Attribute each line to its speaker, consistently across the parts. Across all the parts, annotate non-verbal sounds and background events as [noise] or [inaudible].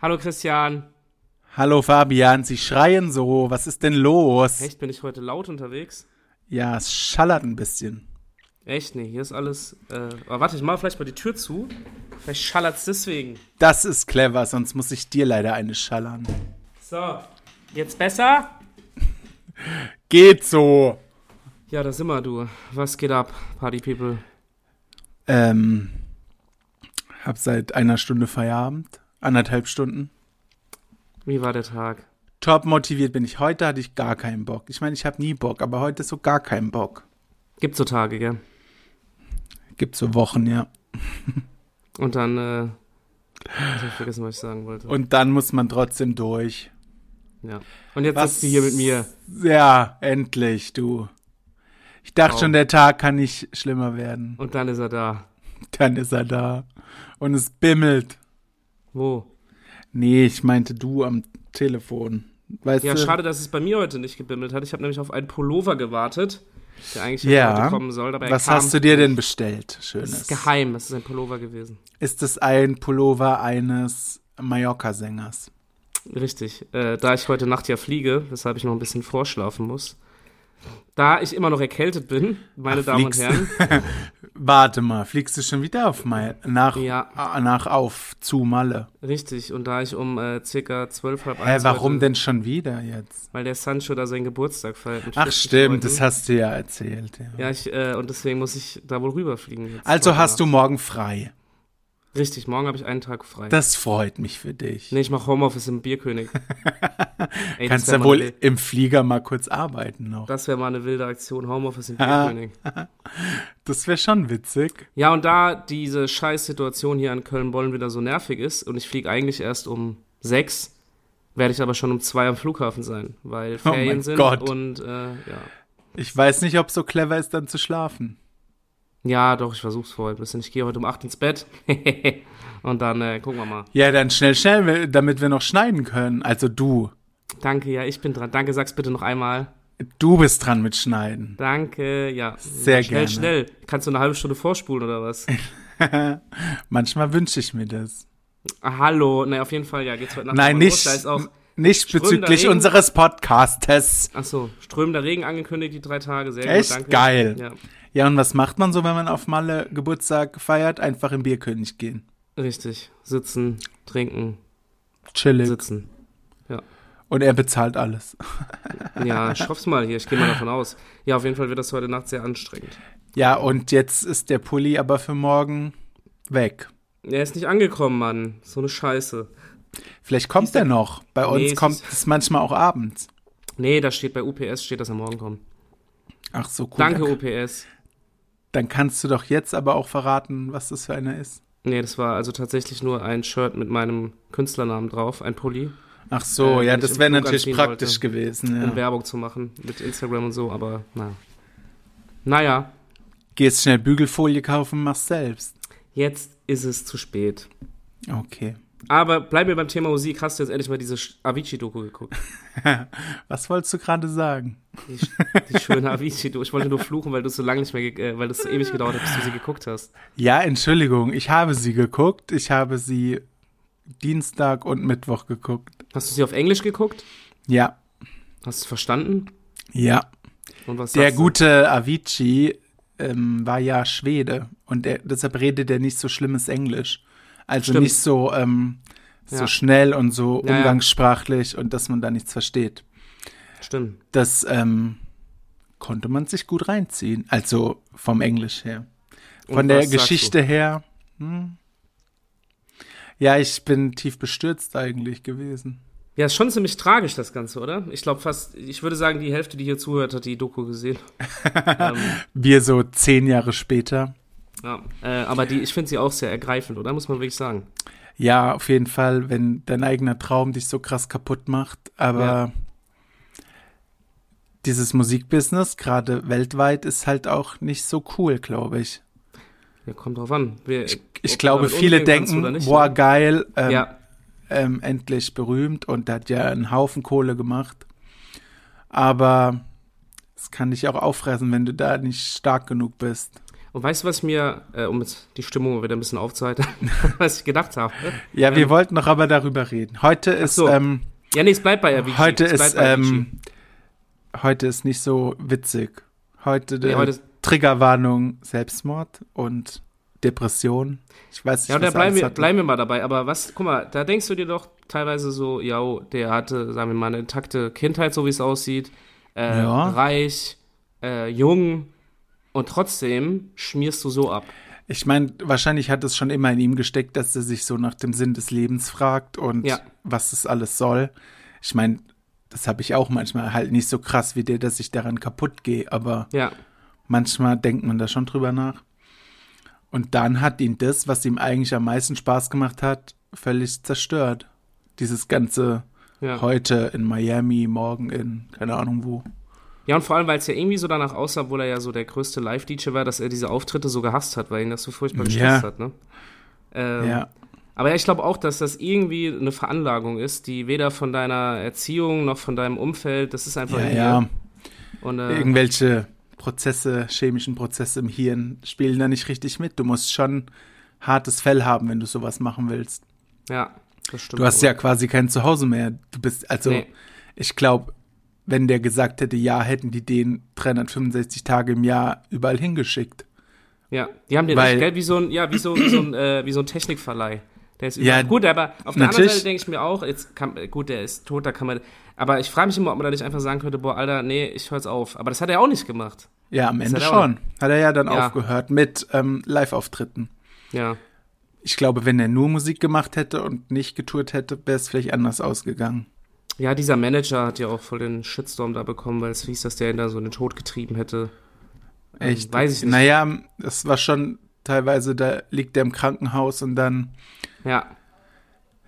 Speaker 1: Hallo Christian.
Speaker 2: Hallo Fabian, Sie schreien so. Was ist denn los?
Speaker 1: Echt, bin ich heute laut unterwegs?
Speaker 2: Ja, es schallert ein bisschen.
Speaker 1: Echt, nee, hier ist alles. Äh, aber warte, ich mache vielleicht mal die Tür zu. Vielleicht schallert's deswegen.
Speaker 2: Das ist clever, sonst muss ich dir leider eine schallern.
Speaker 1: So, jetzt besser?
Speaker 2: Geht so.
Speaker 1: Ja, da sind wir, du. Was geht ab, Party People?
Speaker 2: Ähm, hab seit einer Stunde Feierabend. Anderthalb Stunden.
Speaker 1: Wie war der Tag?
Speaker 2: Top motiviert bin ich. Heute hatte ich gar keinen Bock. Ich meine, ich habe nie Bock, aber heute ist so gar kein Bock.
Speaker 1: Gibt so Tage, gell?
Speaker 2: Gibt so Wochen, ja.
Speaker 1: Und dann, äh. Ich hab vergessen, was ich sagen wollte.
Speaker 2: Und dann muss man trotzdem durch.
Speaker 1: ja. Und jetzt sitzt du hier mit mir.
Speaker 2: Ja, endlich, du. Ich dachte
Speaker 1: Wow.
Speaker 2: schon, der Tag kann nicht schlimmer werden.
Speaker 1: Und dann ist er da.
Speaker 2: [laughs] Dann ist er da. Und es bimmelt.
Speaker 1: Wo?
Speaker 2: Nee, ich meinte du am Telefon. Weißt
Speaker 1: Ja,
Speaker 2: du?
Speaker 1: schade, dass es bei mir heute nicht gebimmelt hat. Ich habe nämlich auf einen Pullover gewartet, der eigentlich hätte
Speaker 2: Ja.
Speaker 1: heute kommen soll. Aber er
Speaker 2: Was
Speaker 1: kam.
Speaker 2: hast du dir denn bestellt,
Speaker 1: Das ist
Speaker 2: Schönes?
Speaker 1: geheim, das ist ein Pullover gewesen.
Speaker 2: Ist es ein Pullover eines Mallorca-Sängers?
Speaker 1: Richtig. Äh, da ich heute Nacht ja fliege, weshalb ich noch ein bisschen vorschlafen muss. Da ich immer noch erkältet bin, meine
Speaker 2: Ach,
Speaker 1: Damen und
Speaker 2: fliegst. [laughs]
Speaker 1: Herren,
Speaker 2: Warte mal, fliegst du schon wieder auf Mal nach,
Speaker 1: Ja.
Speaker 2: ah, nach auf zu Malle?
Speaker 1: richtig, und da ich um äh, circa 12, halb
Speaker 2: Hä,
Speaker 1: eins
Speaker 2: warum
Speaker 1: heute,
Speaker 2: denn schon wieder jetzt?
Speaker 1: Weil der Sancho da seinen Geburtstag feiert. mit
Speaker 2: Ach
Speaker 1: 40
Speaker 2: stimmt, das
Speaker 1: Leuten.
Speaker 2: hast du ja erzählt. Ja.
Speaker 1: Ja, ich, äh, und deswegen muss ich da wohl rüberfliegen. Jetzt
Speaker 2: also
Speaker 1: heute
Speaker 2: hast du
Speaker 1: Nacht.
Speaker 2: morgen frei.
Speaker 1: Richtig, morgen habe ich einen Tag frei.
Speaker 2: Das freut mich für dich.
Speaker 1: nee, ich mache Homeoffice im
Speaker 2: [laughs]
Speaker 1: Bierkönig. Ey, das
Speaker 2: Kannst
Speaker 1: wär
Speaker 2: ja
Speaker 1: mal
Speaker 2: wohl
Speaker 1: eine-
Speaker 2: im Flieger mal kurz arbeiten noch.
Speaker 1: Das wäre mal eine wilde Aktion, Homeoffice im
Speaker 2: Ah.
Speaker 1: Bierkönig.
Speaker 2: Das wäre schon witzig.
Speaker 1: Ja, und da diese Scheißsituation hier an Köln-Bonn wieder so nervig ist und ich fliege eigentlich erst um sechs, werde ich aber schon um zwei am Flughafen sein, weil
Speaker 2: Oh mein
Speaker 1: Ferien sind
Speaker 2: Gott.
Speaker 1: und äh, ja.
Speaker 2: Ich weiß nicht, ob so clever ist, dann zu schlafen.
Speaker 1: Ja, doch, ich versuch's vorher ein bisschen. Ich gehe heute um acht ins Bett [laughs] und dann äh, gucken wir mal.
Speaker 2: Ja, dann schnell, schnell, damit wir noch schneiden können. Also du.
Speaker 1: Danke, ja, ich bin dran. Danke, sag's bitte noch einmal.
Speaker 2: Du bist dran mit Schneiden.
Speaker 1: Danke, ja.
Speaker 2: Sehr
Speaker 1: schnell,
Speaker 2: gerne.
Speaker 1: Schnell, schnell. Kannst du eine halbe Stunde vorspulen oder
Speaker 2: [laughs]
Speaker 1: was?
Speaker 2: Manchmal wünsche ich mir das.
Speaker 1: Ah, Hallo, ne, auf jeden Fall, ja, geht's heute Nacht
Speaker 2: Nein,
Speaker 1: nochmal los.
Speaker 2: nicht,
Speaker 1: Da ist auch,
Speaker 2: n- nicht
Speaker 1: strömender
Speaker 2: bezüglich
Speaker 1: Regen.
Speaker 2: unseres Podcastes.
Speaker 1: ach so, strömender Regen angekündigt, die drei Tage. Sehr
Speaker 2: Echt
Speaker 1: gut, danke.
Speaker 2: geil.
Speaker 1: Ja.
Speaker 2: Ja, und was macht man so, wenn man auf Malle Geburtstag feiert? Einfach im Bierkönig gehen.
Speaker 1: Richtig. Sitzen, trinken,
Speaker 2: Chillig.
Speaker 1: sitzen.
Speaker 2: Und er bezahlt alles.
Speaker 1: Ja, ich hoff's mal hier. Ich gehe mal davon aus. Ja, auf jeden Fall wird das heute Nacht sehr anstrengend.
Speaker 2: Ja, und jetzt ist der Pulli aber für morgen weg.
Speaker 1: Er ist nicht angekommen, Mann. So eine Scheiße.
Speaker 2: Vielleicht kommt er noch. Bei
Speaker 1: Nee,
Speaker 2: uns
Speaker 1: es
Speaker 2: kommt
Speaker 1: ist-
Speaker 2: es manchmal auch abends.
Speaker 1: Nee, da steht bei UPS, steht, dass er morgen kommt.
Speaker 2: Ach so, cool.
Speaker 1: Danke,
Speaker 2: Dann,
Speaker 1: UPS.
Speaker 2: dann kannst du doch jetzt aber auch verraten, was das für einer ist.
Speaker 1: Nee, das war also tatsächlich nur ein Shirt mit meinem Künstlernamen drauf, ein Pulli,
Speaker 2: Ach so,
Speaker 1: Äh,
Speaker 2: ja,
Speaker 1: wenn ich
Speaker 2: das
Speaker 1: im
Speaker 2: wäre
Speaker 1: Flug
Speaker 2: natürlich
Speaker 1: anziehen
Speaker 2: praktisch
Speaker 1: wollte.
Speaker 2: gewesen.
Speaker 1: um
Speaker 2: Ja.
Speaker 1: Werbung zu machen mit Instagram und so, aber na. Naja,
Speaker 2: Gehst schnell Bügelfolie kaufen, mach's selbst.
Speaker 1: jetzt ist es zu spät.
Speaker 2: Okay.
Speaker 1: Aber bleiben wir beim Thema Musik. Hast du jetzt endlich mal diese Sch- Avicii-Doku geguckt?
Speaker 2: Was wolltest du gerade sagen?
Speaker 1: Die, sch- die schöne [laughs] Avicii. Du, ich wollte nur fluchen, weil du es so lange nicht mehr, ge- äh, weil es so ewig gedauert hat, bis du sie geguckt hast.
Speaker 2: Ja, Entschuldigung, ich habe sie geguckt. Ich habe sie Dienstag und Mittwoch geguckt.
Speaker 1: Hast du sie auf Englisch geguckt?
Speaker 2: Ja,
Speaker 1: Hast du es verstanden?
Speaker 2: ja.
Speaker 1: Und was
Speaker 2: Der
Speaker 1: sagst du?
Speaker 2: gute Avicii ähm, war ja Schwede und er, deshalb redet er nicht so schlimmes Englisch. Also
Speaker 1: Stimmt.
Speaker 2: nicht so, ähm, so
Speaker 1: Ja.
Speaker 2: schnell und so
Speaker 1: Ja, ja.
Speaker 2: umgangssprachlich und dass man da nichts versteht.
Speaker 1: Stimmt.
Speaker 2: das ähm, konnte man sich gut reinziehen. Also vom Englisch her.
Speaker 1: Und
Speaker 2: Von der
Speaker 1: was sagst
Speaker 2: Geschichte her. Hm. Ja, ich bin tief bestürzt eigentlich gewesen.
Speaker 1: Du? Ja, ist schon ziemlich tragisch, das Ganze, oder? Ich glaube fast, ich würde sagen, die Hälfte, die hier zuhört, hat die Doku
Speaker 2: [laughs]
Speaker 1: gesehen. ähm,
Speaker 2: Wir so zehn Jahre später.
Speaker 1: ja. äh, aber die, ich finde sie auch sehr ergreifend, oder? Muss man wirklich sagen.
Speaker 2: Ja, auf jeden Fall, wenn dein eigener Traum dich so krass kaputt macht. Aber
Speaker 1: Ja.
Speaker 2: dieses Musikbusiness, gerade weltweit, ist halt auch nicht so cool, glaube ich.
Speaker 1: Ja, kommt drauf an. Wir,
Speaker 2: Ich,
Speaker 1: ob
Speaker 2: ich
Speaker 1: du
Speaker 2: glaube,
Speaker 1: damit
Speaker 2: viele
Speaker 1: umgehen kannst oder
Speaker 2: denken,
Speaker 1: nicht.
Speaker 2: boah, geil, ähm,
Speaker 1: ja,
Speaker 2: ähm, endlich berühmt und hat ja einen Haufen Kohle gemacht. Aber es kann dich auch auffressen, wenn du da nicht stark genug bist.
Speaker 1: Und weißt du, was mir, äh, um jetzt die Stimmung wieder ein bisschen aufzuhalten, [laughs] was ich gedacht habe?
Speaker 2: Ja, wir wollten noch aber darüber reden. Heute ist,
Speaker 1: Ähm, so.
Speaker 2: ähm,
Speaker 1: Ja, nee, es bleibt bei Avicii.
Speaker 2: heute
Speaker 1: es bleibt
Speaker 2: ist,
Speaker 1: bei Avicii.
Speaker 2: ähm, heute ist nicht so witzig. Heute,
Speaker 1: Nee,
Speaker 2: äh,
Speaker 1: heute ist-
Speaker 2: Triggerwarnung, Selbstmord und Depression. Ich weiß nicht,
Speaker 1: Ja, und da
Speaker 2: was er alles
Speaker 1: bleiben wir,
Speaker 2: hatte.
Speaker 1: bleiben wir mal dabei. Aber was, guck mal, da denkst du dir doch teilweise so, ja, oh, der hatte, sagen wir mal, eine intakte Kindheit, so wie es aussieht, äh,
Speaker 2: Ja.
Speaker 1: reich, äh, jung und trotzdem schmierst du so ab.
Speaker 2: Ich meine, wahrscheinlich hat es schon immer in ihm gesteckt, dass er sich so nach dem Sinn des Lebens fragt und
Speaker 1: Ja.
Speaker 2: was es alles soll. Ich meine, das habe ich auch manchmal halt nicht so krass wie dir, dass ich daran kaputt gehe, aber
Speaker 1: Ja,
Speaker 2: manchmal denkt man da schon drüber nach. Und dann hat ihn das, was ihm eigentlich am meisten Spaß gemacht hat, völlig zerstört. Dieses ganze
Speaker 1: ja.
Speaker 2: heute in Miami, morgen in keine Ahnung wo.
Speaker 1: Ja, und vor allem, weil es ja irgendwie so danach aussah, obwohl er ja so der größte Live-DJ war, dass er diese Auftritte so gehasst hat, weil ihn das so furchtbar gestresst
Speaker 2: Ja.
Speaker 1: hat, ne? Ähm,
Speaker 2: Ja,
Speaker 1: Aber ja, ich glaube auch, dass das irgendwie eine Veranlagung ist, die weder von deiner Erziehung noch von deinem Umfeld, das ist einfach
Speaker 2: ja,
Speaker 1: in dir.
Speaker 2: ja.
Speaker 1: Und, äh,
Speaker 2: Irgendwelche Prozesse, chemischen Prozesse im Hirn spielen da nicht richtig mit. Du musst schon hartes Fell haben, wenn du sowas machen willst.
Speaker 1: Ja, das stimmt.
Speaker 2: Du hast ja quasi kein Zuhause mehr. Du bist, also,
Speaker 1: Nee.
Speaker 2: ich glaube, wenn der gesagt hätte, ja, hätten die den 365 Tage im Jahr überall hingeschickt.
Speaker 1: Ja, die haben den
Speaker 2: Weil-
Speaker 1: echt, gell, wie so ein, ja, wie so, wie so ein, äh, wie so ein Technikverleih. Der ist
Speaker 2: Ja,
Speaker 1: ja, gut, aber auf der anderen
Speaker 2: natürlich.
Speaker 1: Seite denke ich mir auch, jetzt kann, gut, der ist tot, da kann man, aber ich frage mich immer, ob man da nicht einfach sagen könnte, boah, Alter, nee, ich höre jetzt auf. Aber das hat er auch nicht gemacht.
Speaker 2: Ja, am Ende
Speaker 1: hat er auch-
Speaker 2: schon. Hat er ja dann
Speaker 1: Ja.
Speaker 2: aufgehört mit ähm, Live-Auftritten.
Speaker 1: Ja,
Speaker 2: Ich glaube, wenn er nur Musik gemacht hätte und nicht getourt hätte, wäre es vielleicht anders ausgegangen.
Speaker 1: ja, dieser Manager hat ja auch voll den Shitstorm da bekommen, weil es hieß, dass der ihn da so in den Tod getrieben hätte. Ähm,
Speaker 2: Echt?
Speaker 1: Weiß ich nicht.
Speaker 2: Naja, das war schon teilweise, da liegt er im Krankenhaus und dann,
Speaker 1: Ja,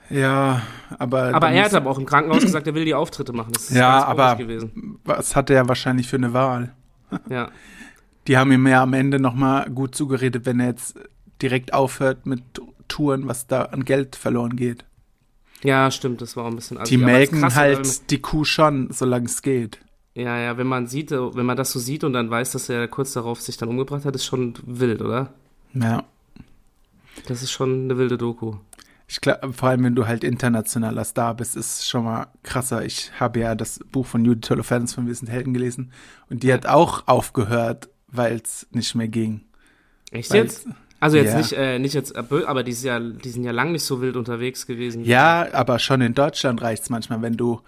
Speaker 2: ja, aber.
Speaker 1: aber
Speaker 2: dann
Speaker 1: er hat
Speaker 2: ist-
Speaker 1: aber auch im Krankenhaus gesagt, er will die Auftritte machen. Das ist
Speaker 2: Ja,
Speaker 1: ganz komisch
Speaker 2: aber-
Speaker 1: gewesen.
Speaker 2: Was hatte er wahrscheinlich für eine Wahl?
Speaker 1: Ja,
Speaker 2: Die haben ihm ja am Ende nochmal gut zugeredet, wenn er jetzt direkt aufhört mit Touren, was da an Geld verloren geht.
Speaker 1: ja, stimmt, das war auch ein bisschen
Speaker 2: Die
Speaker 1: assi, aber das also-
Speaker 2: melken
Speaker 1: Krasse,
Speaker 2: halt
Speaker 1: wenn-
Speaker 2: die Kuh schon, solange es geht.
Speaker 1: Ja, ja, wenn man sieht, äh, wenn man das so sieht und dann weiß, dass er kurz darauf sich dann umgebracht hat, ist schon wild, oder?
Speaker 2: Ja.
Speaker 1: Das ist schon eine wilde Doku.
Speaker 2: Ich glaube, vor allem, wenn du halt internationaler Star bist, ist schon mal krasser. Ich habe ja das Buch von Judy Tolofans von Wir sind Helden gelesen und die hat auch aufgehört, weil es nicht mehr ging.
Speaker 1: Echt
Speaker 2: Weil-
Speaker 1: jetzt? Also jetzt
Speaker 2: Ja.
Speaker 1: nicht, äh, nicht jetzt, äh, bö- aber die, ist ja, die sind ja lang nicht so wild unterwegs gewesen.
Speaker 2: Ja, aber schon in Deutschland reicht's manchmal, wenn du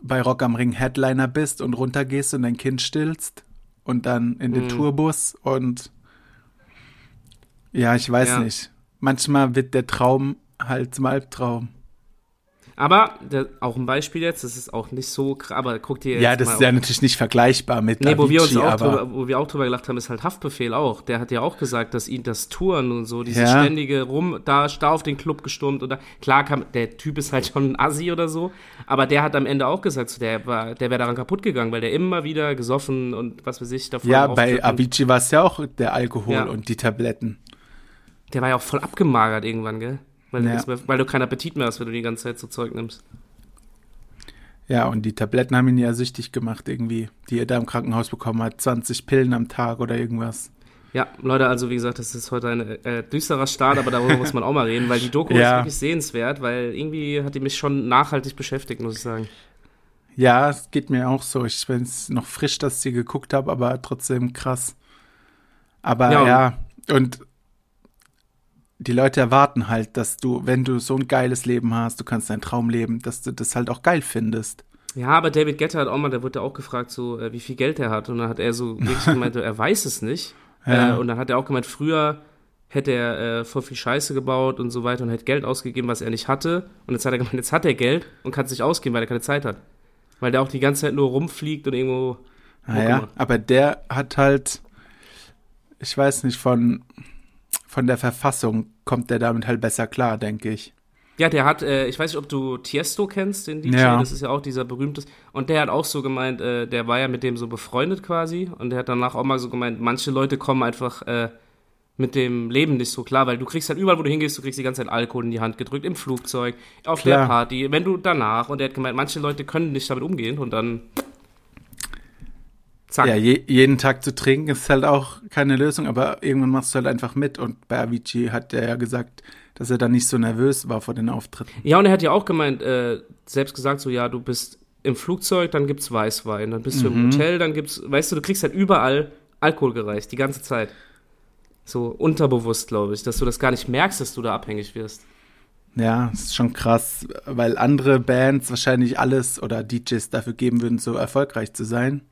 Speaker 2: bei Rock am Ring Headliner bist und runtergehst und dein Kind stillst und dann in
Speaker 1: Mhm.
Speaker 2: den Tourbus und ja, ich weiß
Speaker 1: Ja.
Speaker 2: nicht. Manchmal wird der Traum halt zum Albtraum.
Speaker 1: Aber der, auch ein Beispiel jetzt, das ist auch nicht so krass, aber guck dir jetzt
Speaker 2: Ja, das
Speaker 1: mal
Speaker 2: ist ja natürlich nicht vergleichbar mit
Speaker 1: Nee, wo wir, uns
Speaker 2: Avicii,
Speaker 1: auch
Speaker 2: aber
Speaker 1: drüber, wo wir auch drüber gelacht haben, ist halt Haftbefehl auch. Der hat ja auch gesagt, dass ihn das Touren und so, dieses
Speaker 2: Ja.
Speaker 1: ständige Rum, da, da auf den Club gestürmt und da, klar kam, der Typ ist halt schon ein Assi oder so, aber der hat am Ende auch gesagt, so, der war, der wäre daran kaputt gegangen, weil der immer wieder gesoffen und was weiß ich davon.
Speaker 2: Ja,
Speaker 1: auch-
Speaker 2: bei Avicii war es ja auch der Alkohol
Speaker 1: Ja.
Speaker 2: und die Tabletten.
Speaker 1: Der war ja auch voll abgemagert irgendwann, gell? Weil, du
Speaker 2: Ja.
Speaker 1: nichts mehr, weil du keinen Appetit mehr hast, wenn du die ganze Zeit so Zeug nimmst.
Speaker 2: Ja, und die Tabletten haben ihn ja süchtig gemacht irgendwie, die er da im Krankenhaus bekommen hat. 20 Pillen am Tag oder irgendwas.
Speaker 1: Ja, Leute, also wie gesagt, das ist heute ein äh, düsterer Start, aber darüber muss man auch mal reden, weil die
Speaker 2: [laughs]
Speaker 1: Doku ist
Speaker 2: Ja.
Speaker 1: wirklich sehenswert, weil irgendwie hat die mich schon nachhaltig beschäftigt, muss ich sagen.
Speaker 2: Ja, es geht mir auch so. Ich bin es noch frisch, dass ich sie geguckt habe, aber trotzdem krass. Aber
Speaker 1: Ja,
Speaker 2: ja,
Speaker 1: und-
Speaker 2: und die Leute erwarten halt, dass du, wenn du so ein geiles Leben hast, du kannst deinen Traum leben, dass du das halt auch geil findest.
Speaker 1: Ja, aber David Getter hat auch mal, da wurde auch gefragt, so, äh, wie viel Geld er hat. Und dann hat er so
Speaker 2: [laughs]
Speaker 1: wirklich gemeint, er weiß es nicht.
Speaker 2: Ja.
Speaker 1: Äh, und dann hat er auch gemeint, früher hätte er äh, voll viel Scheiße gebaut und so weiter und hätte Geld ausgegeben, was er nicht hatte. Und jetzt hat er gemeint, jetzt hat er Geld und kann es nicht ausgeben, weil er keine Zeit hat. Weil der auch die ganze Zeit nur rumfliegt und irgendwo. Mucke
Speaker 2: Naja,
Speaker 1: macht.
Speaker 2: aber der hat halt, ich weiß nicht, von, von der Verfassung kommt der damit halt besser klar, denke ich.
Speaker 1: Ja, der hat, äh, ich weiß nicht, ob du Tiesto kennst, den DJ,
Speaker 2: Ja.
Speaker 1: das ist ja auch dieser berühmte. Und der hat auch so gemeint, äh, der war ja mit dem so befreundet quasi. Und der hat danach auch mal so gemeint, manche Leute kommen einfach äh, mit dem Leben nicht so klar, weil du kriegst halt überall, wo du hingehst, du kriegst die ganze Zeit Alkohol in die Hand gedrückt, im Flugzeug, auf der
Speaker 2: Klar.
Speaker 1: Party, wenn du danach. Und er hat gemeint, manche Leute können nicht damit umgehen und dann Zack.
Speaker 2: Ja, je, jeden Tag zu trinken ist halt auch keine Lösung, aber irgendwann machst du halt einfach mit. Und bei Avicii hat er ja gesagt, dass er dann nicht so nervös war vor den Auftritten.
Speaker 1: Ja, und er hat ja auch gemeint, äh, selbst gesagt, so ja, du bist im Flugzeug, dann gibt's Weißwein, dann bist du im
Speaker 2: Mhm.
Speaker 1: Hotel, dann gibt's, weißt du, du kriegst halt überall Alkohol gereicht, die ganze Zeit. So unterbewusst, glaube ich, dass du das gar nicht merkst, dass du da abhängig wirst.
Speaker 2: Ja, ist schon krass, weil andere Bands wahrscheinlich alles oder DJs dafür geben würden, so erfolgreich zu sein.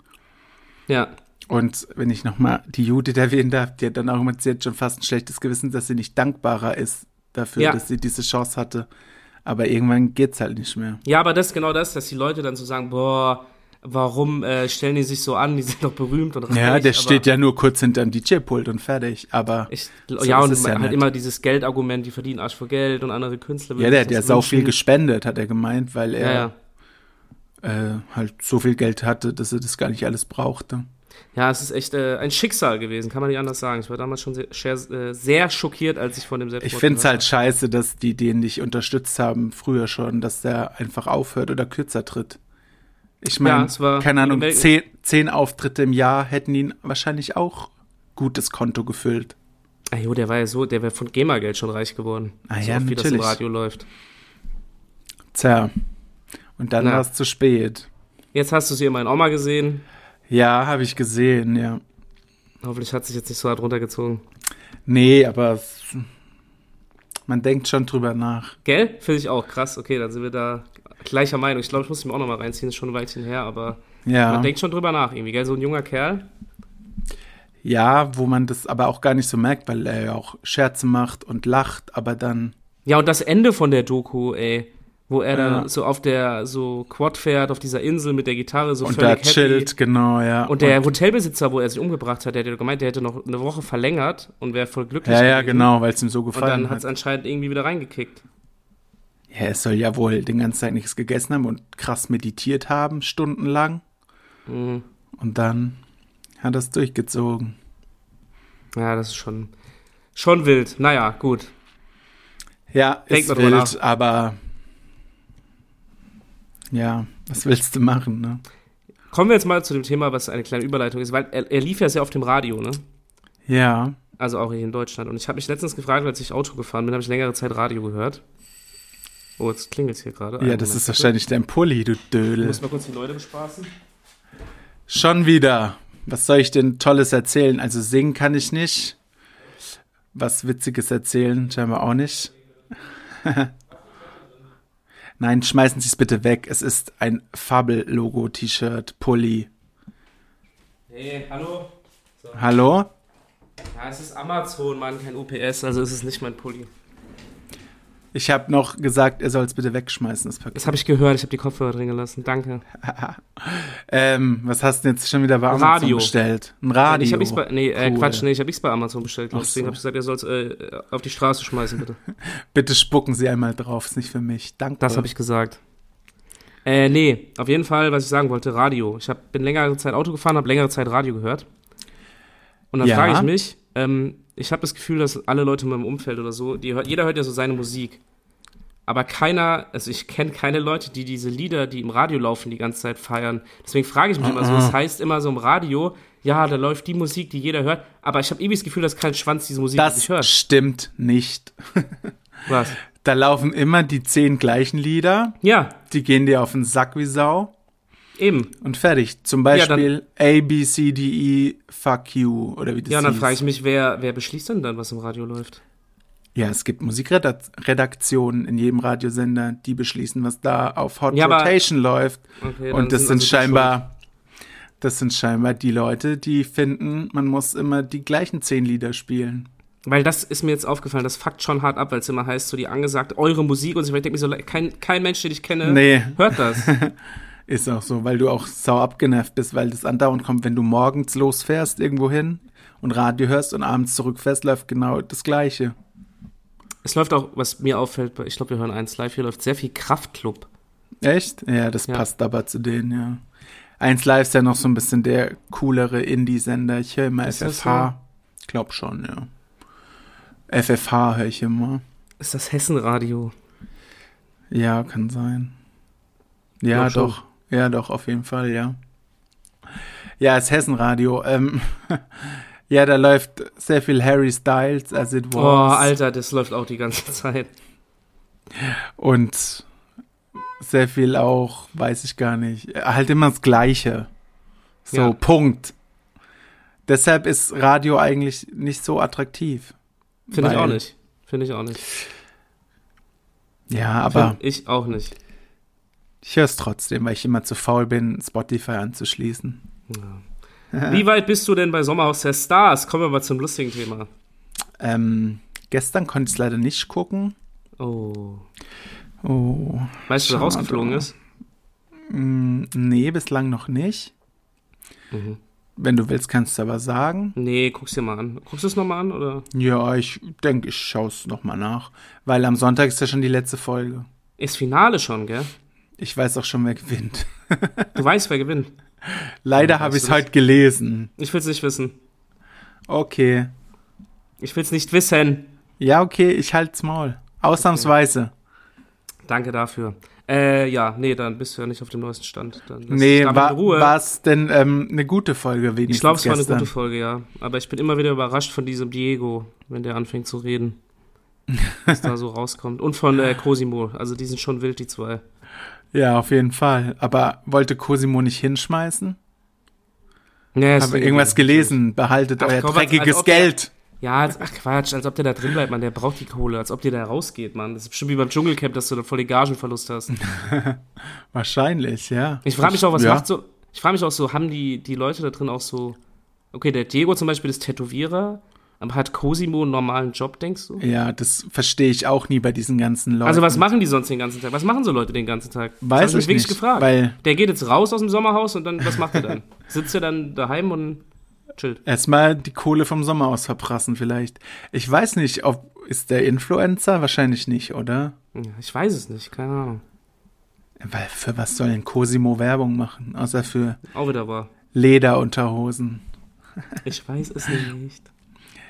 Speaker 1: Ja.
Speaker 2: Und wenn ich nochmal die Judith erwähnen darf, die hat dann auch immer, sie hat schon fast ein schlechtes Gewissen, dass sie nicht dankbarer ist dafür,
Speaker 1: Ja.
Speaker 2: dass sie diese Chance hatte. Aber irgendwann geht's halt nicht mehr.
Speaker 1: Ja, aber das ist genau das, dass die Leute dann so sagen, boah, warum äh, stellen die sich so an, die sind doch berühmt und reich.
Speaker 2: Ja, der steht
Speaker 1: ja.
Speaker 2: ja nur kurz hinterm DJ-Pult und fertig. Aber
Speaker 1: Ich,
Speaker 2: So
Speaker 1: ja,
Speaker 2: ist
Speaker 1: und
Speaker 2: es ja
Speaker 1: halt
Speaker 2: nicht.
Speaker 1: immer dieses Geldargument, die verdienen Arsch vor Geld und andere Künstler.
Speaker 2: ja,
Speaker 1: würden
Speaker 2: der
Speaker 1: sich
Speaker 2: hat ja
Speaker 1: das
Speaker 2: sau viel
Speaker 1: wünschen.
Speaker 2: gespendet, hat er gemeint, weil
Speaker 1: Ja,
Speaker 2: er
Speaker 1: ja.
Speaker 2: äh, halt so viel Geld hatte, dass er das gar nicht alles brauchte.
Speaker 1: ja, es ist echt äh, ein Schicksal gewesen, kann man nicht anders sagen. Ich war damals schon sehr, sehr, äh, sehr schockiert, als ich von dem Selbstmord
Speaker 2: Ich finde es
Speaker 1: gehört
Speaker 2: halt scheiße, dass die den nicht unterstützt haben früher schon, dass der einfach aufhört oder kürzer tritt. Ich meine,
Speaker 1: Ja, es war-
Speaker 2: keine Ahnung,
Speaker 1: Wel-
Speaker 2: zehn, zehn Auftritte im Jahr hätten ihn wahrscheinlich auch gutes Konto gefüllt.
Speaker 1: habe. Ah, jo, der war ja so, der wäre von GEMA-Geld schon reich geworden.
Speaker 2: Ah
Speaker 1: so
Speaker 2: ja,
Speaker 1: oft, wie das im
Speaker 2: natürlich.
Speaker 1: Radio läuft.
Speaker 2: Tja. Und dann
Speaker 1: Na.
Speaker 2: war es zu spät.
Speaker 1: Jetzt hast du sie immerhin auch mal gesehen.
Speaker 2: Ja, habe ich gesehen, ja.
Speaker 1: Hoffentlich hat sich jetzt nicht so hart runtergezogen.
Speaker 2: Nee, aber es, man denkt schon drüber nach.
Speaker 1: Gell? Finde ich auch krass. Okay, dann sind wir da gleicher Meinung. Ich glaube, ich muss ihn auch nochmal reinziehen, ist schon ein Weilchen her, aber
Speaker 2: Ja.
Speaker 1: man denkt schon drüber nach irgendwie, gell? So ein junger Kerl.
Speaker 2: ja, wo man das aber auch gar nicht so merkt, weil er ja auch Scherze macht und lacht, aber dann
Speaker 1: Ja, und das Ende von der Doku, ey. Wo er
Speaker 2: Ja.
Speaker 1: dann so auf der, so Quad fährt, auf dieser Insel mit der Gitarre, so
Speaker 2: und da
Speaker 1: völlig happy.
Speaker 2: chillt, genau, ja.
Speaker 1: Und der Hotelbesitzer, wo er sich umgebracht hat, der hat ja gemeint, der hätte noch eine Woche verlängert und wäre voll glücklich.
Speaker 2: Ja, ja,
Speaker 1: gewesen.
Speaker 2: genau, weil es ihm so
Speaker 1: Und dann
Speaker 2: gefallen
Speaker 1: hat es
Speaker 2: hat.
Speaker 1: anscheinend irgendwie wieder reingekickt.
Speaker 2: Ja, es soll ja wohl den ganzen Tag nichts gegessen haben und krass meditiert haben, stundenlang.
Speaker 1: Mhm.
Speaker 2: Und dann hat er es durchgezogen.
Speaker 1: Ja, das ist schon, schon wild. Naja, gut.
Speaker 2: Ja,
Speaker 1: Denkt
Speaker 2: ist
Speaker 1: mal drüber
Speaker 2: wild, aber ja, was willst du machen, ne?
Speaker 1: Kommen wir jetzt mal zu dem Thema, was eine kleine Überleitung ist, weil er, er lief ja sehr auf dem Radio, ne?
Speaker 2: Ja,
Speaker 1: Also auch hier in Deutschland. Und ich habe mich letztens gefragt, als ich Auto gefahren bin, habe ich längere Zeit Radio gehört. Oh, jetzt klingelt hier gerade.
Speaker 2: ja,
Speaker 1: Einen
Speaker 2: das ist
Speaker 1: Moment.
Speaker 2: wahrscheinlich dein Pulli, du
Speaker 1: Ich
Speaker 2: Dödel.
Speaker 1: muss mal kurz die Leute bespaßen.
Speaker 2: Schon wieder. Was soll ich denn Tolles erzählen? Also singen kann ich nicht. Was Witziges erzählen, scheinbar auch nicht. [laughs] Nein, schmeißen Sie es bitte weg. Es ist ein Fabel-Logo-T-Shirt, Pulli.
Speaker 1: Hey, hallo.
Speaker 2: Hallo?
Speaker 1: Ja, es ist Amazon, Mann, kein UPS, also ist es nicht mein Pulli.
Speaker 2: Ich habe noch gesagt, er soll es bitte wegschmeißen, das Paket.
Speaker 1: Das habe ich gehört, ich habe die Kopfhörer drin gelassen, danke.
Speaker 2: Ähm, was hast du denn jetzt schon wieder bei Amazon
Speaker 1: Radio. Äh,
Speaker 2: bestellt? Ein Radio.
Speaker 1: Ich habe nichts bei, nee, äh,
Speaker 2: Cool.
Speaker 1: Quatsch, nee, ich habe nichts bei Amazon bestellt, glaub,
Speaker 2: Ach
Speaker 1: ich. deswegen
Speaker 2: so.
Speaker 1: habe ich gesagt, ihr sollt äh, auf die Straße schmeißen, bitte.
Speaker 2: Bitte spucken Sie einmal drauf, ist nicht für mich. Danke.
Speaker 1: Das habe ich gesagt. Äh, nee, auf jeden Fall, was ich sagen wollte, Radio. Ich hab, bin längere Zeit Auto gefahren, habe längere Zeit Radio gehört. Und dann
Speaker 2: Ja.
Speaker 1: frage ich mich, ähm, ich habe das Gefühl, dass alle Leute in meinem Umfeld oder so, die, hört- jeder hört ja so seine Musik. Aber keiner, also ich kenne keine Leute, die diese Lieder, die im Radio laufen, die ganze Zeit feiern. Deswegen frage ich mich immer so,
Speaker 2: Ah,
Speaker 1: es heißt immer so im Radio, ja, da läuft die Musik, die jeder hört, aber ich habe irgendwie das Gefühl, dass kein Schwanz diese Musik
Speaker 2: Das
Speaker 1: wirklich hört.
Speaker 2: stimmt nicht.
Speaker 1: Was?
Speaker 2: Da laufen immer die zehn gleichen Lieder.
Speaker 1: Ja,
Speaker 2: Die gehen dir auf den Sack wie Sau
Speaker 1: eben.
Speaker 2: und fertig. Zum
Speaker 1: Ja,
Speaker 2: Beispiel A, B, C, D, E, fuck you oder wie das
Speaker 1: Ja, und dann
Speaker 2: hieß.
Speaker 1: frage ich mich, wer, wer beschließt denn dann, was im Radio läuft?
Speaker 2: Ja, es gibt Musikredaktionen in jedem Radiosender, die beschließen, was da auf Hot
Speaker 1: Ja, aber-
Speaker 2: Rotation läuft.
Speaker 1: Okay, dann
Speaker 2: und das sind
Speaker 1: also die
Speaker 2: scheinbar, das sind scheinbar die Leute, die finden, man muss immer die gleichen zehn Lieder spielen.
Speaker 1: Schuld. Weil das ist mir jetzt aufgefallen, das fuckt schon hart ab, weil es immer heißt, so die angesagt, eure Musik und so. Ich denke mir so, kein, kein Mensch, den ich kenne,
Speaker 2: Nee.
Speaker 1: hört
Speaker 2: [laughs]
Speaker 1: das.
Speaker 2: Ist auch so, weil du auch sau abgenervt bist, weil das andauernd kommt, wenn du morgens losfährst irgendwo hin und Radio hörst und abends zurückfährst, läuft genau das Gleiche.
Speaker 1: es läuft auch, was mir auffällt, ich glaube, wir hören eins live, hier läuft sehr viel Kraftclub.
Speaker 2: Echt? Ja, das
Speaker 1: Ja.
Speaker 2: passt aber zu denen, ja. Eins Live ist ja noch so ein bisschen der coolere Indie-Sender. Ich höre immer
Speaker 1: Ist das
Speaker 2: FFH. Glaub schon, ja. FFH höre ich immer.
Speaker 1: Ist das Hessenradio?
Speaker 2: Ja, kann sein. Ja,
Speaker 1: Glaub schon.
Speaker 2: doch. Ja, doch, auf jeden Fall, ja. Ja, ist Hessenradio. Ähm, [laughs] ja, da läuft sehr viel Harry Styles, as it
Speaker 1: Oh,
Speaker 2: was.
Speaker 1: Alter, das läuft auch die ganze [laughs] Zeit.
Speaker 2: Und sehr viel auch, weiß ich gar nicht. Halt immer das Gleiche. So,
Speaker 1: Ja.
Speaker 2: Punkt. Deshalb ist Radio eigentlich nicht so attraktiv.
Speaker 1: Finde ich
Speaker 2: Weil-
Speaker 1: auch nicht. Finde ich auch nicht.
Speaker 2: Ja, aber
Speaker 1: Finde ich auch nicht.
Speaker 2: Also, [laughs] ich höre es trotzdem, weil ich immer zu faul bin, Spotify anzuschließen.
Speaker 1: Wie weit bist du denn bei Sommerhaus der Stars? Kommen wir mal zum lustigen Thema.
Speaker 2: Ähm, gestern konnte ich es leider nicht gucken.
Speaker 1: Oh.
Speaker 2: Oh,
Speaker 1: Weißt du, wer
Speaker 2: Schade.
Speaker 1: rausgeflogen ist?
Speaker 2: mm, nee, bislang noch nicht.
Speaker 1: Mhm.
Speaker 2: Wenn du willst, kannst du aber sagen.
Speaker 1: Nee, guck's dir mal an. Guckst du es nochmal an? Oder?
Speaker 2: Ja, ich denke, ich schaue es nochmal nach. Weil am Sonntag ist ja schon die letzte Folge.
Speaker 1: Ist Finale schon, gell?
Speaker 2: Ich weiß auch schon,
Speaker 1: [laughs]
Speaker 2: wer gewinnt.
Speaker 1: Du weißt, wer gewinnt.
Speaker 2: Leider
Speaker 1: Ja,
Speaker 2: habe
Speaker 1: weißt
Speaker 2: ich es
Speaker 1: du das?
Speaker 2: heute gelesen.
Speaker 1: Ich will's nicht wissen.
Speaker 2: Okay.
Speaker 1: Ich will's nicht wissen.
Speaker 2: Ja, okay, ich halt's Maul. Ausnahmsweise.
Speaker 1: Danke dafür. Äh, ja, nee, dann bist du ja nicht auf dem neuesten Stand. Dann lass
Speaker 2: Nee,
Speaker 1: dich damit
Speaker 2: war
Speaker 1: in Ruhe.
Speaker 2: war's denn ähm, eine gute Folge wenigstens
Speaker 1: ich glaube, es war eine
Speaker 2: gestern?
Speaker 1: gute Folge, ja. Aber ich bin immer wieder überrascht von diesem Diego, wenn der anfängt zu reden. Was da so rauskommt. Und von äh, Cosimo. Also, die sind schon wild, die zwei.
Speaker 2: Ja, auf jeden Fall. Aber wollte Cosimo nicht hinschmeißen?
Speaker 1: Nee,
Speaker 2: Habe irgendwas gelesen. Behaltet
Speaker 1: Ach,
Speaker 2: euer
Speaker 1: komm, als- als
Speaker 2: dreckiges
Speaker 1: ob-
Speaker 2: Geld.
Speaker 1: Ja, als, ach Quatsch, als ob der da drin bleibt, Mann. Der braucht die Kohle, als ob der da rausgeht, Mann. Das ist bestimmt wie beim Dschungelcamp, dass du da voll den Gagenverlust hast.
Speaker 2: Wahrscheinlich, ja.
Speaker 1: Ich frage mich auch, was
Speaker 2: ja.
Speaker 1: macht so. Ich frage mich auch so, haben die, die Leute da drin auch so. Okay, der Diego zum Beispiel ist Tätowierer, aber hat Cosimo einen normalen Job, denkst du?
Speaker 2: Ja, das verstehe ich auch nie bei diesen ganzen Leuten.
Speaker 1: Also, was machen die sonst den ganzen Tag? Was machen so Leute den ganzen Tag? Das
Speaker 2: Weiß
Speaker 1: hab mich
Speaker 2: ich
Speaker 1: wirklich
Speaker 2: nicht,
Speaker 1: gefragt.
Speaker 2: weil-
Speaker 1: der geht jetzt raus aus dem Sommerhaus und dann, was macht er
Speaker 2: [laughs]
Speaker 1: dann? Sitzt er dann daheim und chillt?
Speaker 2: Erstmal die Kohle vom Sommer aus verprassen vielleicht. Ich weiß nicht, ob ist der Influencer? Wahrscheinlich nicht, oder?
Speaker 1: Ja, ich weiß es nicht, keine Ahnung.
Speaker 2: Weil für was soll denn Cosimo Werbung machen? Außer für
Speaker 1: Auch wieder wahr.
Speaker 2: Lederunterhosen.
Speaker 1: Ich weiß es nicht.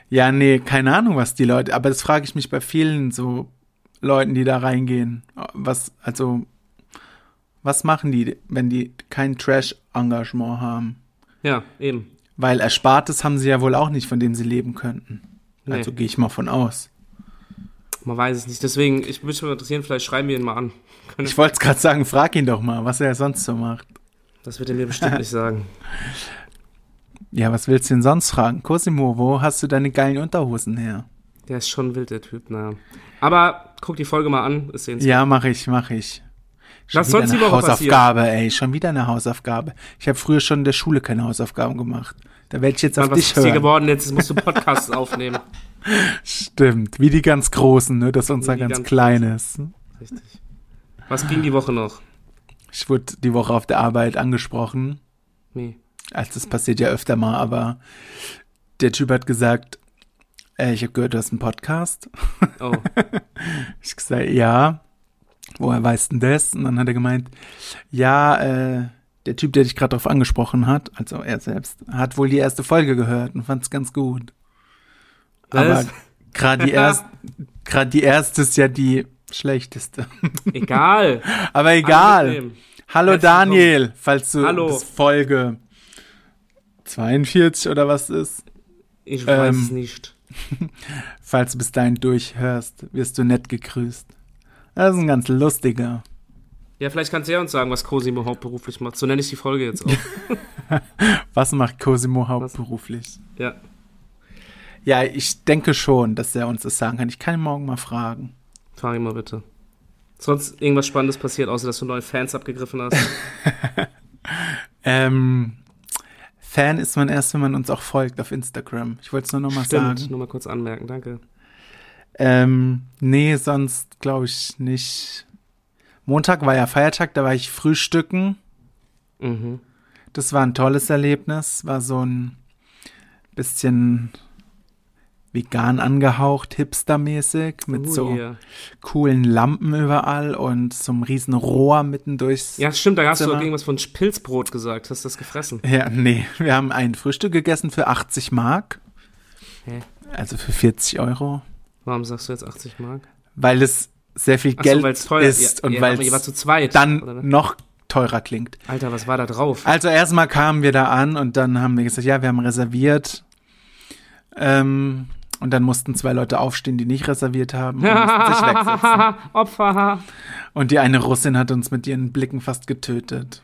Speaker 2: Ja, nee, keine Ahnung, was die Leute, aber das frage ich mich bei vielen so Leuten, die da reingehen. Was, also, was machen die, wenn die kein Trash-Engagement haben?
Speaker 1: Ja, eben.
Speaker 2: Weil Erspartes haben sie ja wohl auch nicht, von dem sie leben könnten.
Speaker 1: Nee.
Speaker 2: Also gehe ich mal von aus.
Speaker 1: Man weiß es nicht. Deswegen, ich würde mich mal interessieren, vielleicht schreiben wir ihn mal an.
Speaker 2: Ich wollte es gerade sagen, frag ihn doch mal, was er sonst so macht.
Speaker 1: Das wird er mir
Speaker 2: [laughs]
Speaker 1: bestimmt nicht sagen.
Speaker 2: Ja, was willst du denn sonst fragen? Cosimo, wo hast du deine geilen Unterhosen her?
Speaker 1: Der ist schon wild, der Typ, naja. Aber guck die Folge mal an, ist sehenswert.
Speaker 2: Ja, mache ich, mache ich. Schon
Speaker 1: Was
Speaker 2: wieder
Speaker 1: sonst die
Speaker 2: eine
Speaker 1: Woche
Speaker 2: Hausaufgabe, ey, schon wieder eine Hausaufgabe. Ich habe früher schon in der Schule keine Hausaufgaben gemacht. Da werde ich jetzt
Speaker 1: Mann,
Speaker 2: auf
Speaker 1: was ist
Speaker 2: dich
Speaker 1: hier
Speaker 2: hören.
Speaker 1: geworden jetzt? Musst du Podcasts [laughs] aufnehmen.
Speaker 2: Stimmt, wie die ganz Großen, ne? dass unser
Speaker 1: die
Speaker 2: ganz,
Speaker 1: ganz
Speaker 2: Kleines.
Speaker 1: Richtig. Was ging die Woche noch?
Speaker 2: Ich wurde die Woche auf der Arbeit angesprochen.
Speaker 1: Nee.
Speaker 2: Also das passiert ja öfter mal, aber der Typ hat gesagt, äh, ich habe gehört, du hast einen Podcast.
Speaker 1: Oh,
Speaker 2: Ich gesagt, ja, woher weißt denn das? Und dann hat er gemeint, ja, äh, der Typ, der dich gerade drauf angesprochen hat, also er selbst, hat wohl die erste Folge gehört und fand es ganz gut.
Speaker 1: Was?
Speaker 2: Aber gerade
Speaker 1: [laughs]
Speaker 2: die, erst, grad die erste ist ja die
Speaker 1: [laughs]
Speaker 2: schlechteste.
Speaker 1: egal.
Speaker 2: Aber [laughs] egal.
Speaker 1: Angenehm.
Speaker 2: Hallo
Speaker 1: Herzlich willkommen.
Speaker 2: Daniel, falls du
Speaker 1: Hallo.
Speaker 2: bis Folge 42 oder was ist,
Speaker 1: Ich weiß
Speaker 2: Ähm.
Speaker 1: es nicht.
Speaker 2: falls du bis dahin durchhörst, wirst du nett gegrüßt. Das ist ein ganz lustiger.
Speaker 1: Ja, vielleicht kannst du ja uns sagen, was Cosimo hauptberuflich macht. So nenne ich die Folge jetzt
Speaker 2: [laughs]
Speaker 1: auch.
Speaker 2: Was macht Cosimo hauptberuflich?
Speaker 1: Ja.
Speaker 2: Ja, ich denke schon, dass er uns das sagen kann. Ich kann ihn morgen mal fragen.
Speaker 1: Frag ihn mal bitte. Sonst irgendwas Spannendes passiert, außer dass du neue Fans abgegriffen hast.
Speaker 2: Ähm, Fan ist man erst, wenn man uns auch folgt auf Instagram. Ich wollte es nur nochmal
Speaker 1: Stimmt,
Speaker 2: sagen.
Speaker 1: nur mal kurz anmerken, danke.
Speaker 2: Ähm, nee, sonst glaube ich nicht. Montag war ja Feiertag, da war ich frühstücken.
Speaker 1: Mhm.
Speaker 2: Das war ein tolles Erlebnis. War so ein bisschen vegan angehaucht, hipstermäßig, mit
Speaker 1: Oh,
Speaker 2: so
Speaker 1: yeah.
Speaker 2: coolen Lampen überall und so einem riesen Rohr mitten durchs
Speaker 1: Ja, stimmt, da hast du
Speaker 2: Zimmer.
Speaker 1: auch irgendwas von Pilzbrot gesagt, hast das gefressen.
Speaker 2: Ja, nee, wir haben ein Frühstück gegessen für 80 Mark.
Speaker 1: Hä?
Speaker 2: Also für 40 Euro.
Speaker 1: Warum sagst du jetzt 80 Mark?
Speaker 2: Weil es sehr viel
Speaker 1: Ach so,
Speaker 2: Geld
Speaker 1: weil's teuer
Speaker 2: ist
Speaker 1: ja,
Speaker 2: und
Speaker 1: ja,
Speaker 2: weil
Speaker 1: aber ihr wart
Speaker 2: es
Speaker 1: zu zweit.
Speaker 2: dann
Speaker 1: oder?
Speaker 2: noch teurer klingt.
Speaker 1: Alter, was war da drauf?
Speaker 2: Also erstmal kamen wir da an und dann haben wir gesagt, ja, wir haben reserviert. Ähm, und dann mussten zwei Leute aufstehen, die nicht reserviert haben und mussten
Speaker 1: [laughs]
Speaker 2: sich wegsetzen.
Speaker 1: Opfer.
Speaker 2: Und die eine Russin hat uns mit ihren Blicken fast getötet.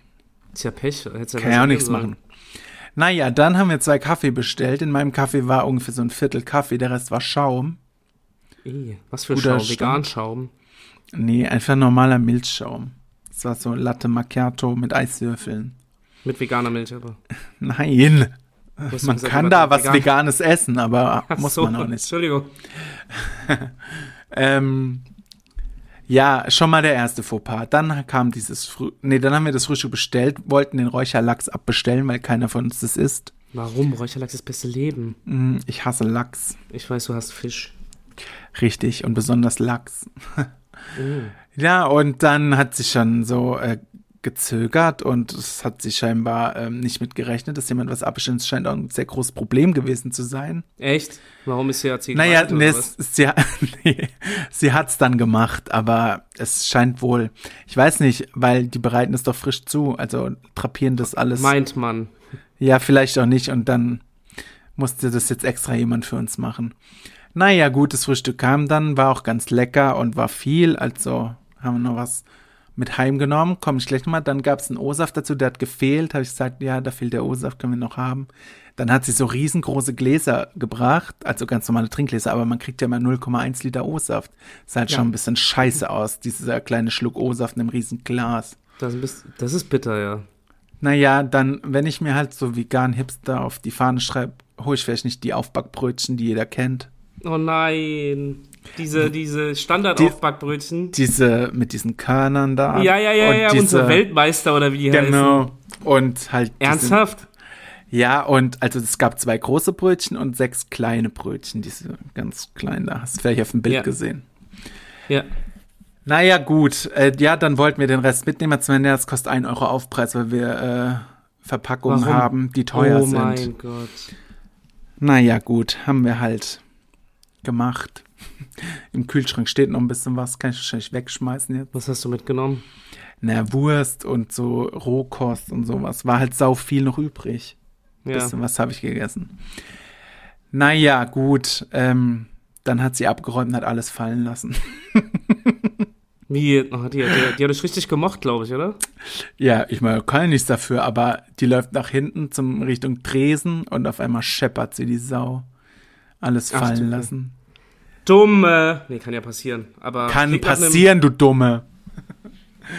Speaker 1: Ist ja Pech. Hättest
Speaker 2: Kann ja auch nichts machen. Naja, dann haben wir zwei Kaffee bestellt. In meinem Kaffee war ungefähr so ein Viertel Kaffee, der Rest war Schaum.
Speaker 1: Ih, was für
Speaker 2: Guter
Speaker 1: Schaum?
Speaker 2: Stand.
Speaker 1: Veganschaum.
Speaker 2: Nee, einfach normaler Milchschaum. Das war so Latte Macchiato mit Eiswürfeln.
Speaker 1: Mit veganer Milch, aber.
Speaker 2: Nein,
Speaker 1: Du hast
Speaker 2: man
Speaker 1: gesagt,
Speaker 2: kann
Speaker 1: aber
Speaker 2: da was
Speaker 1: vegan-
Speaker 2: Veganes essen, aber
Speaker 1: Ach
Speaker 2: muss
Speaker 1: so,
Speaker 2: man auch nicht.
Speaker 1: Entschuldigung.
Speaker 2: Ähm, ja, schon mal der erste Fauxpas. Dann kam dieses Früh... Nee, dann haben wir das Frühstück bestellt, wollten den Räucherlachs abbestellen, weil keiner von uns das isst.
Speaker 1: Warum? Räucherlachs ist das beste Leben.
Speaker 2: Mm, Ich hasse Lachs.
Speaker 1: Ich weiß, du hast Fisch.
Speaker 2: Richtig, und besonders Lachs.
Speaker 1: Mhm.
Speaker 2: [laughs] Ja, und dann hat sie schon so äh, gezögert und es hat sie scheinbar ähm, nicht mitgerechnet, dass jemand was abbestellt. Es scheint auch ein sehr großes Problem gewesen zu sein.
Speaker 1: Echt? Warum ist hier AC
Speaker 2: Naja,
Speaker 1: gemeint, oder
Speaker 2: nee,
Speaker 1: was?
Speaker 2: es- sie, [laughs] nee, sie hat's dann gemacht, aber es scheint wohl, ich weiß nicht, weil die bereiten es doch frisch zu, also drapieren das alles.
Speaker 1: meint man.
Speaker 2: Ja, vielleicht auch nicht und dann musste das jetzt extra jemand für uns machen. Naja, gut, das Frühstück kam dann, war auch ganz lecker und war viel, also haben wir noch was mit heimgenommen, komme ich gleich nochmal. Dann gab's einen O-Saft dazu, der hat gefehlt, habe ich gesagt, ja, da fehlt der O-Saft, können wir noch haben. Dann hat sie so riesengroße Gläser gebracht, also ganz normale Trinkgläser, aber man kriegt ja mal 0,1 Liter O-Saft. Sah halt
Speaker 1: Ja.
Speaker 2: schon ein bisschen scheiße aus, dieser kleine Schluck O-Saft in einem riesen Glas.
Speaker 1: Das, ist ein bisschen- das ist bitter, ja.
Speaker 2: Naja, dann, wenn ich mir halt so vegan Hipster auf die Fahne schreibe, hole ich vielleicht nicht die Aufbackbrötchen, die jeder kennt.
Speaker 1: Oh nein. Diese, diese Standardaufbackbrötchen.
Speaker 2: Diese mit diesen Körnern da.
Speaker 1: Ja, ja, ja,
Speaker 2: und
Speaker 1: ja.
Speaker 2: Diese,
Speaker 1: Unsere Weltmeister oder wie die heißen.
Speaker 2: Genau. Und halt. diesen-
Speaker 1: Ernsthaft?
Speaker 2: Ja, und also es gab zwei große Brötchen und sechs kleine Brötchen, diese ganz kleinen da. Hast du vielleicht auf dem Bild
Speaker 1: Ja.
Speaker 2: gesehen.
Speaker 1: Ja.
Speaker 2: Naja, gut. Äh, ja, dann wollten wir den Rest mitnehmen. Als wenn das kostet 1 Euro Aufpreis, weil wir äh, Verpackungen
Speaker 1: Warum?
Speaker 2: haben, die teuer
Speaker 1: oh
Speaker 2: sind.
Speaker 1: mein Gott.
Speaker 2: Naja, gut, haben wir halt gemacht. [laughs] Im Kühlschrank steht noch ein bisschen was, kann ich wahrscheinlich wegschmeißen jetzt.
Speaker 1: Was hast du mitgenommen?
Speaker 2: Na, Wurst und so Rohkost und sowas. War halt sau viel noch übrig. Ein
Speaker 1: Ja.
Speaker 2: bisschen was habe ich gegessen. Naja, gut, ähm, dann hat sie abgeräumt und hat alles fallen lassen. [laughs]
Speaker 1: Wie? Oh, die, die, die hat dich richtig gemocht, glaube ich, oder?
Speaker 2: Ja, ich meine, kann ja nichts dafür, aber die läuft nach hinten zum Richtung Tresen und auf einmal scheppert sie die Sau. Alles
Speaker 1: Ach du
Speaker 2: fallen
Speaker 1: Kacke.
Speaker 2: lassen.
Speaker 1: Dumme. äh, Nee, kann ja passieren. Aber
Speaker 2: Kann
Speaker 1: klingt nach einem-
Speaker 2: passieren, du Dumme.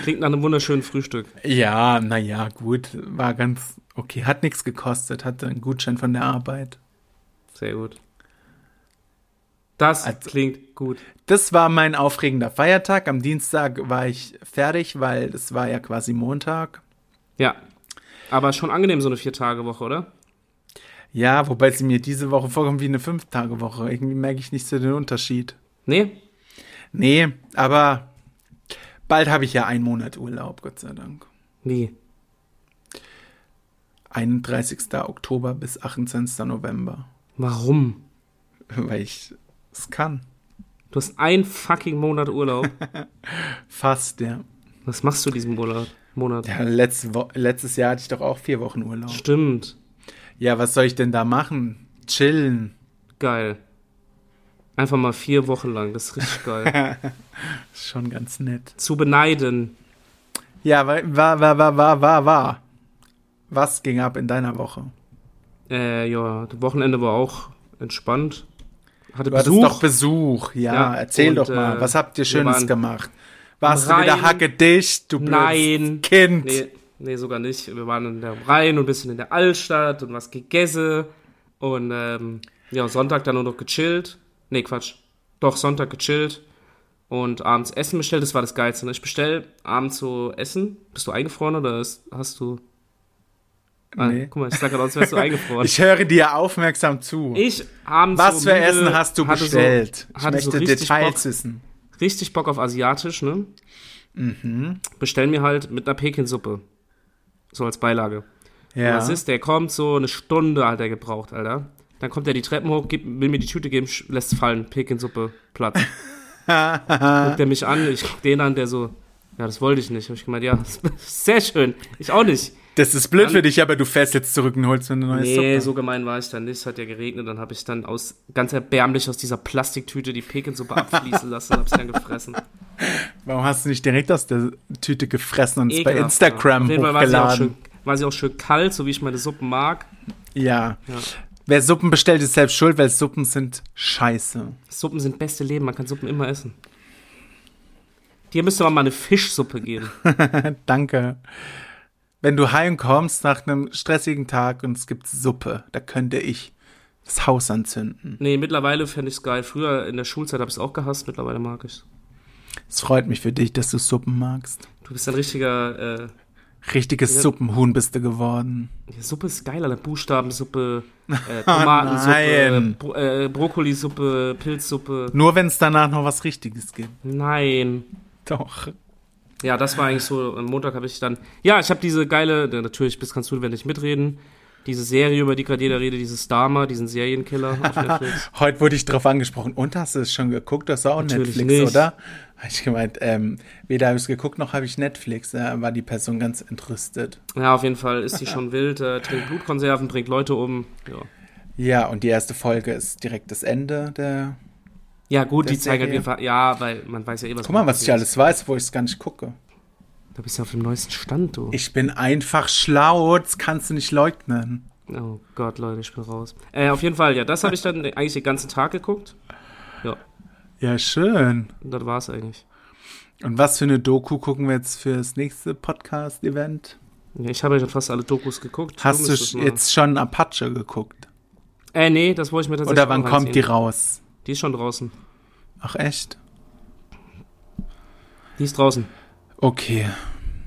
Speaker 1: Klingt nach einem wunderschönen Frühstück.
Speaker 2: Ja, naja, gut, war ganz okay, hat nichts gekostet, hatte einen Gutschein von der Arbeit.
Speaker 1: Sehr gut. Das
Speaker 2: Also-
Speaker 1: klingt gut.
Speaker 2: Das war mein aufregender Feiertag. Am Dienstag war ich fertig, weil es war ja quasi Montag.
Speaker 1: Ja. Aber schon angenehm, so eine Vier-Tage-Woche, oder?
Speaker 2: Ja, wobei sie mir diese Woche vorkommt wie eine Fünf-Tage-Woche. Irgendwie merke ich nicht so den Unterschied.
Speaker 1: Nee?
Speaker 2: Nee, aber bald habe ich ja einen Monat Urlaub, Gott sei Dank.
Speaker 1: Wie?
Speaker 2: 31. Oktober bis 28. November, [laughs]
Speaker 1: Warum?
Speaker 2: weil ich es kann.
Speaker 1: Du hast einen fucking Monat
Speaker 2: [laughs]
Speaker 1: Urlaub.
Speaker 2: Fast, ja.
Speaker 1: Was machst du diesen Monat? Monat?
Speaker 2: ja letzte Wo letztes Jahr hatte ich doch auch vier Wochen Urlaub.
Speaker 1: Stimmt.
Speaker 2: Ja, was soll ich denn da machen? Chillen.
Speaker 1: Geil. Einfach mal vier Wochen lang. Das ist richtig geil.
Speaker 2: [laughs] Ist Schon ganz nett.
Speaker 1: Zu beneiden.
Speaker 2: Ja, wa- war, war, war, war, war, war. Was ging ab in deiner Woche?
Speaker 1: Äh, ja, das Wochenende war auch entspannt. Hatte
Speaker 2: Du hattest
Speaker 1: Besuch.
Speaker 2: doch Besuch. Ja,
Speaker 1: Ja,
Speaker 2: erzähl
Speaker 1: und,
Speaker 2: doch mal.
Speaker 1: äh,
Speaker 2: was habt ihr
Speaker 1: wir
Speaker 2: Schönes
Speaker 1: waren
Speaker 2: gemacht? Warst du
Speaker 1: am
Speaker 2: wieder
Speaker 1: Rhein.
Speaker 2: hackedicht, du blödes
Speaker 1: Nein.
Speaker 2: Kind?
Speaker 1: Nee, nee, sogar nicht. Wir waren in der Rhein und ein bisschen in der Altstadt und was gegessen. Und ähm, ja, Sonntag dann nur noch gechillt. Nee, Quatsch. Doch, Sonntag gechillt. Und abends Essen bestellt. Das war das Geilste. ne? Ich bestell abends so Essen. Bist du eingefroren oder ist, hast du. Ah,
Speaker 2: Nee.
Speaker 1: Guck mal, ich sag gerade, als wärst
Speaker 2: [laughs]
Speaker 1: du eingefroren.
Speaker 2: Ich höre dir aufmerksam zu.
Speaker 1: Ich abends.
Speaker 2: was
Speaker 1: so
Speaker 2: für
Speaker 1: müde,
Speaker 2: Essen hast du
Speaker 1: hatte
Speaker 2: bestellt?
Speaker 1: So,
Speaker 2: ich
Speaker 1: hatte
Speaker 2: möchte
Speaker 1: so richtig
Speaker 2: Details
Speaker 1: Bock,
Speaker 2: wissen.
Speaker 1: richtig Bock auf asiatisch, ne? Mhm.
Speaker 2: Mhm.
Speaker 1: Bestell mir halt mit einer Pekinsuppe. So als Beilage. Und
Speaker 2: Ja.
Speaker 1: Was ist? Der kommt so eine Stunde, hat er gebraucht, Alter. Dann kommt er die Treppen hoch, gibt, will mir die Tüte geben, sch-
Speaker 2: [laughs]
Speaker 1: lässt fallen, Pekinsuppe, Platz. Guckt er mich an, ich guck den an, der so, Ja, das wollte ich nicht. Habe ich gemeint, ja, [laughs] sehr schön. Ich auch nicht.
Speaker 2: Das ist blöd für dich, aber du fährst jetzt zurück und holst mir eine neue
Speaker 1: Nee,
Speaker 2: Suppe.
Speaker 1: so gemein war ich dann nicht. Es hat ja geregnet. Dann habe ich dann aus ganz erbärmlich aus dieser Plastiktüte die Pekinsuppe abfließen lassen und habe sie dann gefressen.
Speaker 2: Warum hast du nicht direkt aus der Tüte gefressen und es bei
Speaker 1: Ekelhaft, ja.
Speaker 2: Instagram
Speaker 1: Eh, genau. Auf jeden Fall war sie, auch schön,
Speaker 2: hochgeladen?
Speaker 1: war sie auch schön kalt, so wie ich meine Suppen mag.
Speaker 2: Ja. Wer Suppen bestellt, ist selbst schuld, weil Suppen sind scheiße.
Speaker 1: Suppen sind beste Leben. Man kann Suppen immer essen. Dir müsste man mal eine Fischsuppe
Speaker 2: [laughs]
Speaker 1: geben.
Speaker 2: Danke. Wenn du heimkommst nach einem stressigen Tag und es gibt Suppe, da könnte ich das Haus anzünden.
Speaker 1: Nee, mittlerweile fände ich es geil. Früher in der Schulzeit habe ich es auch gehasst. Mittlerweile mag ich
Speaker 2: Es freut mich für dich, dass du Suppen magst.
Speaker 1: Du bist ein richtiger. Äh,
Speaker 2: Richtiges
Speaker 1: Ja.
Speaker 2: Suppenhuhn bist du geworden.
Speaker 1: Ja, Suppe ist geil, Alter.
Speaker 2: [laughs]
Speaker 1: Buchstabensuppe, äh, Tomatensuppe,
Speaker 2: nein.
Speaker 1: Bro äh, Brokkolisuppe, Pilzsuppe.
Speaker 2: Nur wenn es danach noch was Richtiges gibt.
Speaker 1: Nein.
Speaker 2: Doch.
Speaker 1: Ja, das war eigentlich so. Am Montag habe ich dann. Ja, ich habe diese geile. na, Natürlich, bis kannst du, wenn ich mitreden. Diese Serie, über die gerade jeder redet, dieses Dharma, diesen Serienkiller
Speaker 2: [laughs]
Speaker 1: auf Netflix.
Speaker 2: Heute wurde ich drauf angesprochen. Und hast du es schon geguckt? Das war auch
Speaker 1: Natürlich
Speaker 2: Netflix,
Speaker 1: nicht.
Speaker 2: oder? Habe ich gemeint, ähm, weder habe ich es geguckt, noch habe ich Netflix. Da war die Person ganz entrüstet.
Speaker 1: Ja, auf jeden Fall ist die schon wild, äh, trinkt Blutkonserven, bringt Leute um. Ja,
Speaker 2: Ja, und die erste Folge ist direkt das Ende der.
Speaker 1: ja gut,
Speaker 2: Der
Speaker 1: die zeigen auf
Speaker 2: Serie.
Speaker 1: jeden Fall. Ja, weil man weiß ja eh, was
Speaker 2: Guck mal, was ich
Speaker 1: passiert.
Speaker 2: alles weiß, wo ich es gar nicht gucke.
Speaker 1: Da bist du auf dem neuesten Stand, du.
Speaker 2: Ich bin einfach schlau, das kannst du nicht leugnen.
Speaker 1: Oh Gott, Leute, ich bin raus. Äh, auf jeden Fall, ja, das habe ich dann eigentlich den ganzen Tag geguckt.
Speaker 2: Ja, schön.
Speaker 1: Und das war's eigentlich.
Speaker 2: Und was für eine Doku gucken wir jetzt fürs nächste Podcast-Event?
Speaker 1: Ja, ich habe ja schon fast alle Dokus geguckt.
Speaker 2: Hast du
Speaker 1: müsstest
Speaker 2: sch-
Speaker 1: mal-
Speaker 2: jetzt schon Apache geguckt?
Speaker 1: Äh, nee, das wollte ich mir tatsächlich
Speaker 2: Oder wann
Speaker 1: auch
Speaker 2: kommt die
Speaker 1: reinziehen.
Speaker 2: raus?
Speaker 1: Die ist schon draußen.
Speaker 2: Ach, echt?
Speaker 1: Die ist draußen.
Speaker 2: Okay.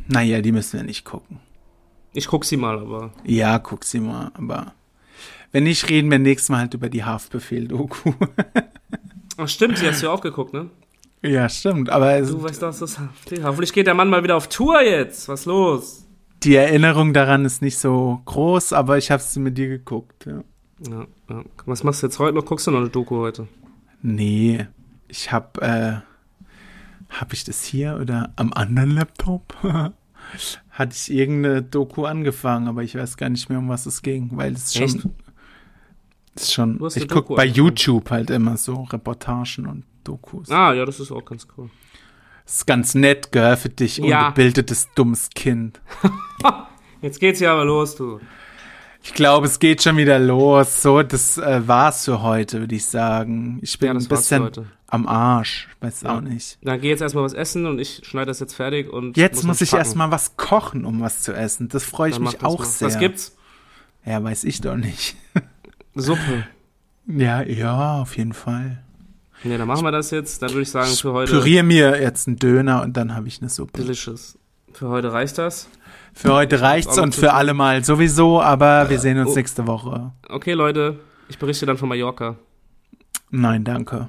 Speaker 2: Naja, die müssen wir nicht gucken.
Speaker 1: Ich guck sie mal, aber.
Speaker 2: Ja, guck sie mal, aber wenn nicht, reden wir nächstes Mal halt über die Haftbefehl-Doku. [laughs]
Speaker 1: Ach, stimmt, die hast du ja auch geguckt, ne?
Speaker 2: ja, stimmt, aber es,
Speaker 1: Du weißt, dass [laughs] das. Hoffentlich geht der Mann mal wieder auf Tour jetzt. Was los?
Speaker 2: die Erinnerung daran ist nicht so groß, aber ich habe sie mit dir geguckt. Ja.
Speaker 1: Ja, ja. Was machst du jetzt heute noch? Guckst du noch eine Doku heute?
Speaker 2: Nee, ich habe, äh, habe ich das hier oder am anderen Laptop? [laughs] Hatte ich irgendeine Doku angefangen, aber ich weiß gar nicht mehr, um was es ging, weil es schon,
Speaker 1: Echt?
Speaker 2: es schon
Speaker 1: Du hast
Speaker 2: ich
Speaker 1: eine
Speaker 2: guck
Speaker 1: Doku
Speaker 2: bei
Speaker 1: angefangen.
Speaker 2: YouTube halt immer so Reportagen und Dokus.
Speaker 1: Ah, ja, das ist auch ganz cool.
Speaker 2: Ist ganz nett, gell, für dich,
Speaker 1: Ja.
Speaker 2: ungebildetes, dummes Kind.
Speaker 1: Jetzt geht's ja aber los, du.
Speaker 2: Ich glaube, es geht schon wieder los. So, das äh, war's für heute, würde ich sagen. Ich bin
Speaker 1: Ja,
Speaker 2: ein
Speaker 1: das war's für
Speaker 2: bisschen
Speaker 1: heute.
Speaker 2: am Arsch. Weiß
Speaker 1: Ja.
Speaker 2: auch nicht.
Speaker 1: Dann geh jetzt erstmal was essen und ich schneide das jetzt fertig und.
Speaker 2: Jetzt muss, ich
Speaker 1: packen.
Speaker 2: erstmal was kochen, um was zu essen. Das freue ich
Speaker 1: Dann mach
Speaker 2: mich
Speaker 1: das
Speaker 2: auch
Speaker 1: mal.
Speaker 2: sehr.
Speaker 1: Was gibt's?
Speaker 2: Ja, weiß ich doch nicht. [laughs]
Speaker 1: Suppe.
Speaker 2: Ja, ja, auf jeden Fall.
Speaker 1: Ne, dann machen wir das jetzt. Dann würde ich sagen, für heute.
Speaker 2: Pürier mir jetzt einen Döner und dann habe ich eine Suppe.
Speaker 1: Delicious. Für heute reicht das.
Speaker 2: Für heute reicht's
Speaker 1: auch noch
Speaker 2: und
Speaker 1: zu
Speaker 2: für
Speaker 1: tun.
Speaker 2: alle mal sowieso, aber wir sehen uns
Speaker 1: oh.
Speaker 2: nächste Woche.
Speaker 1: Okay, Leute, ich berichte dann von Mallorca.
Speaker 2: Nein, danke.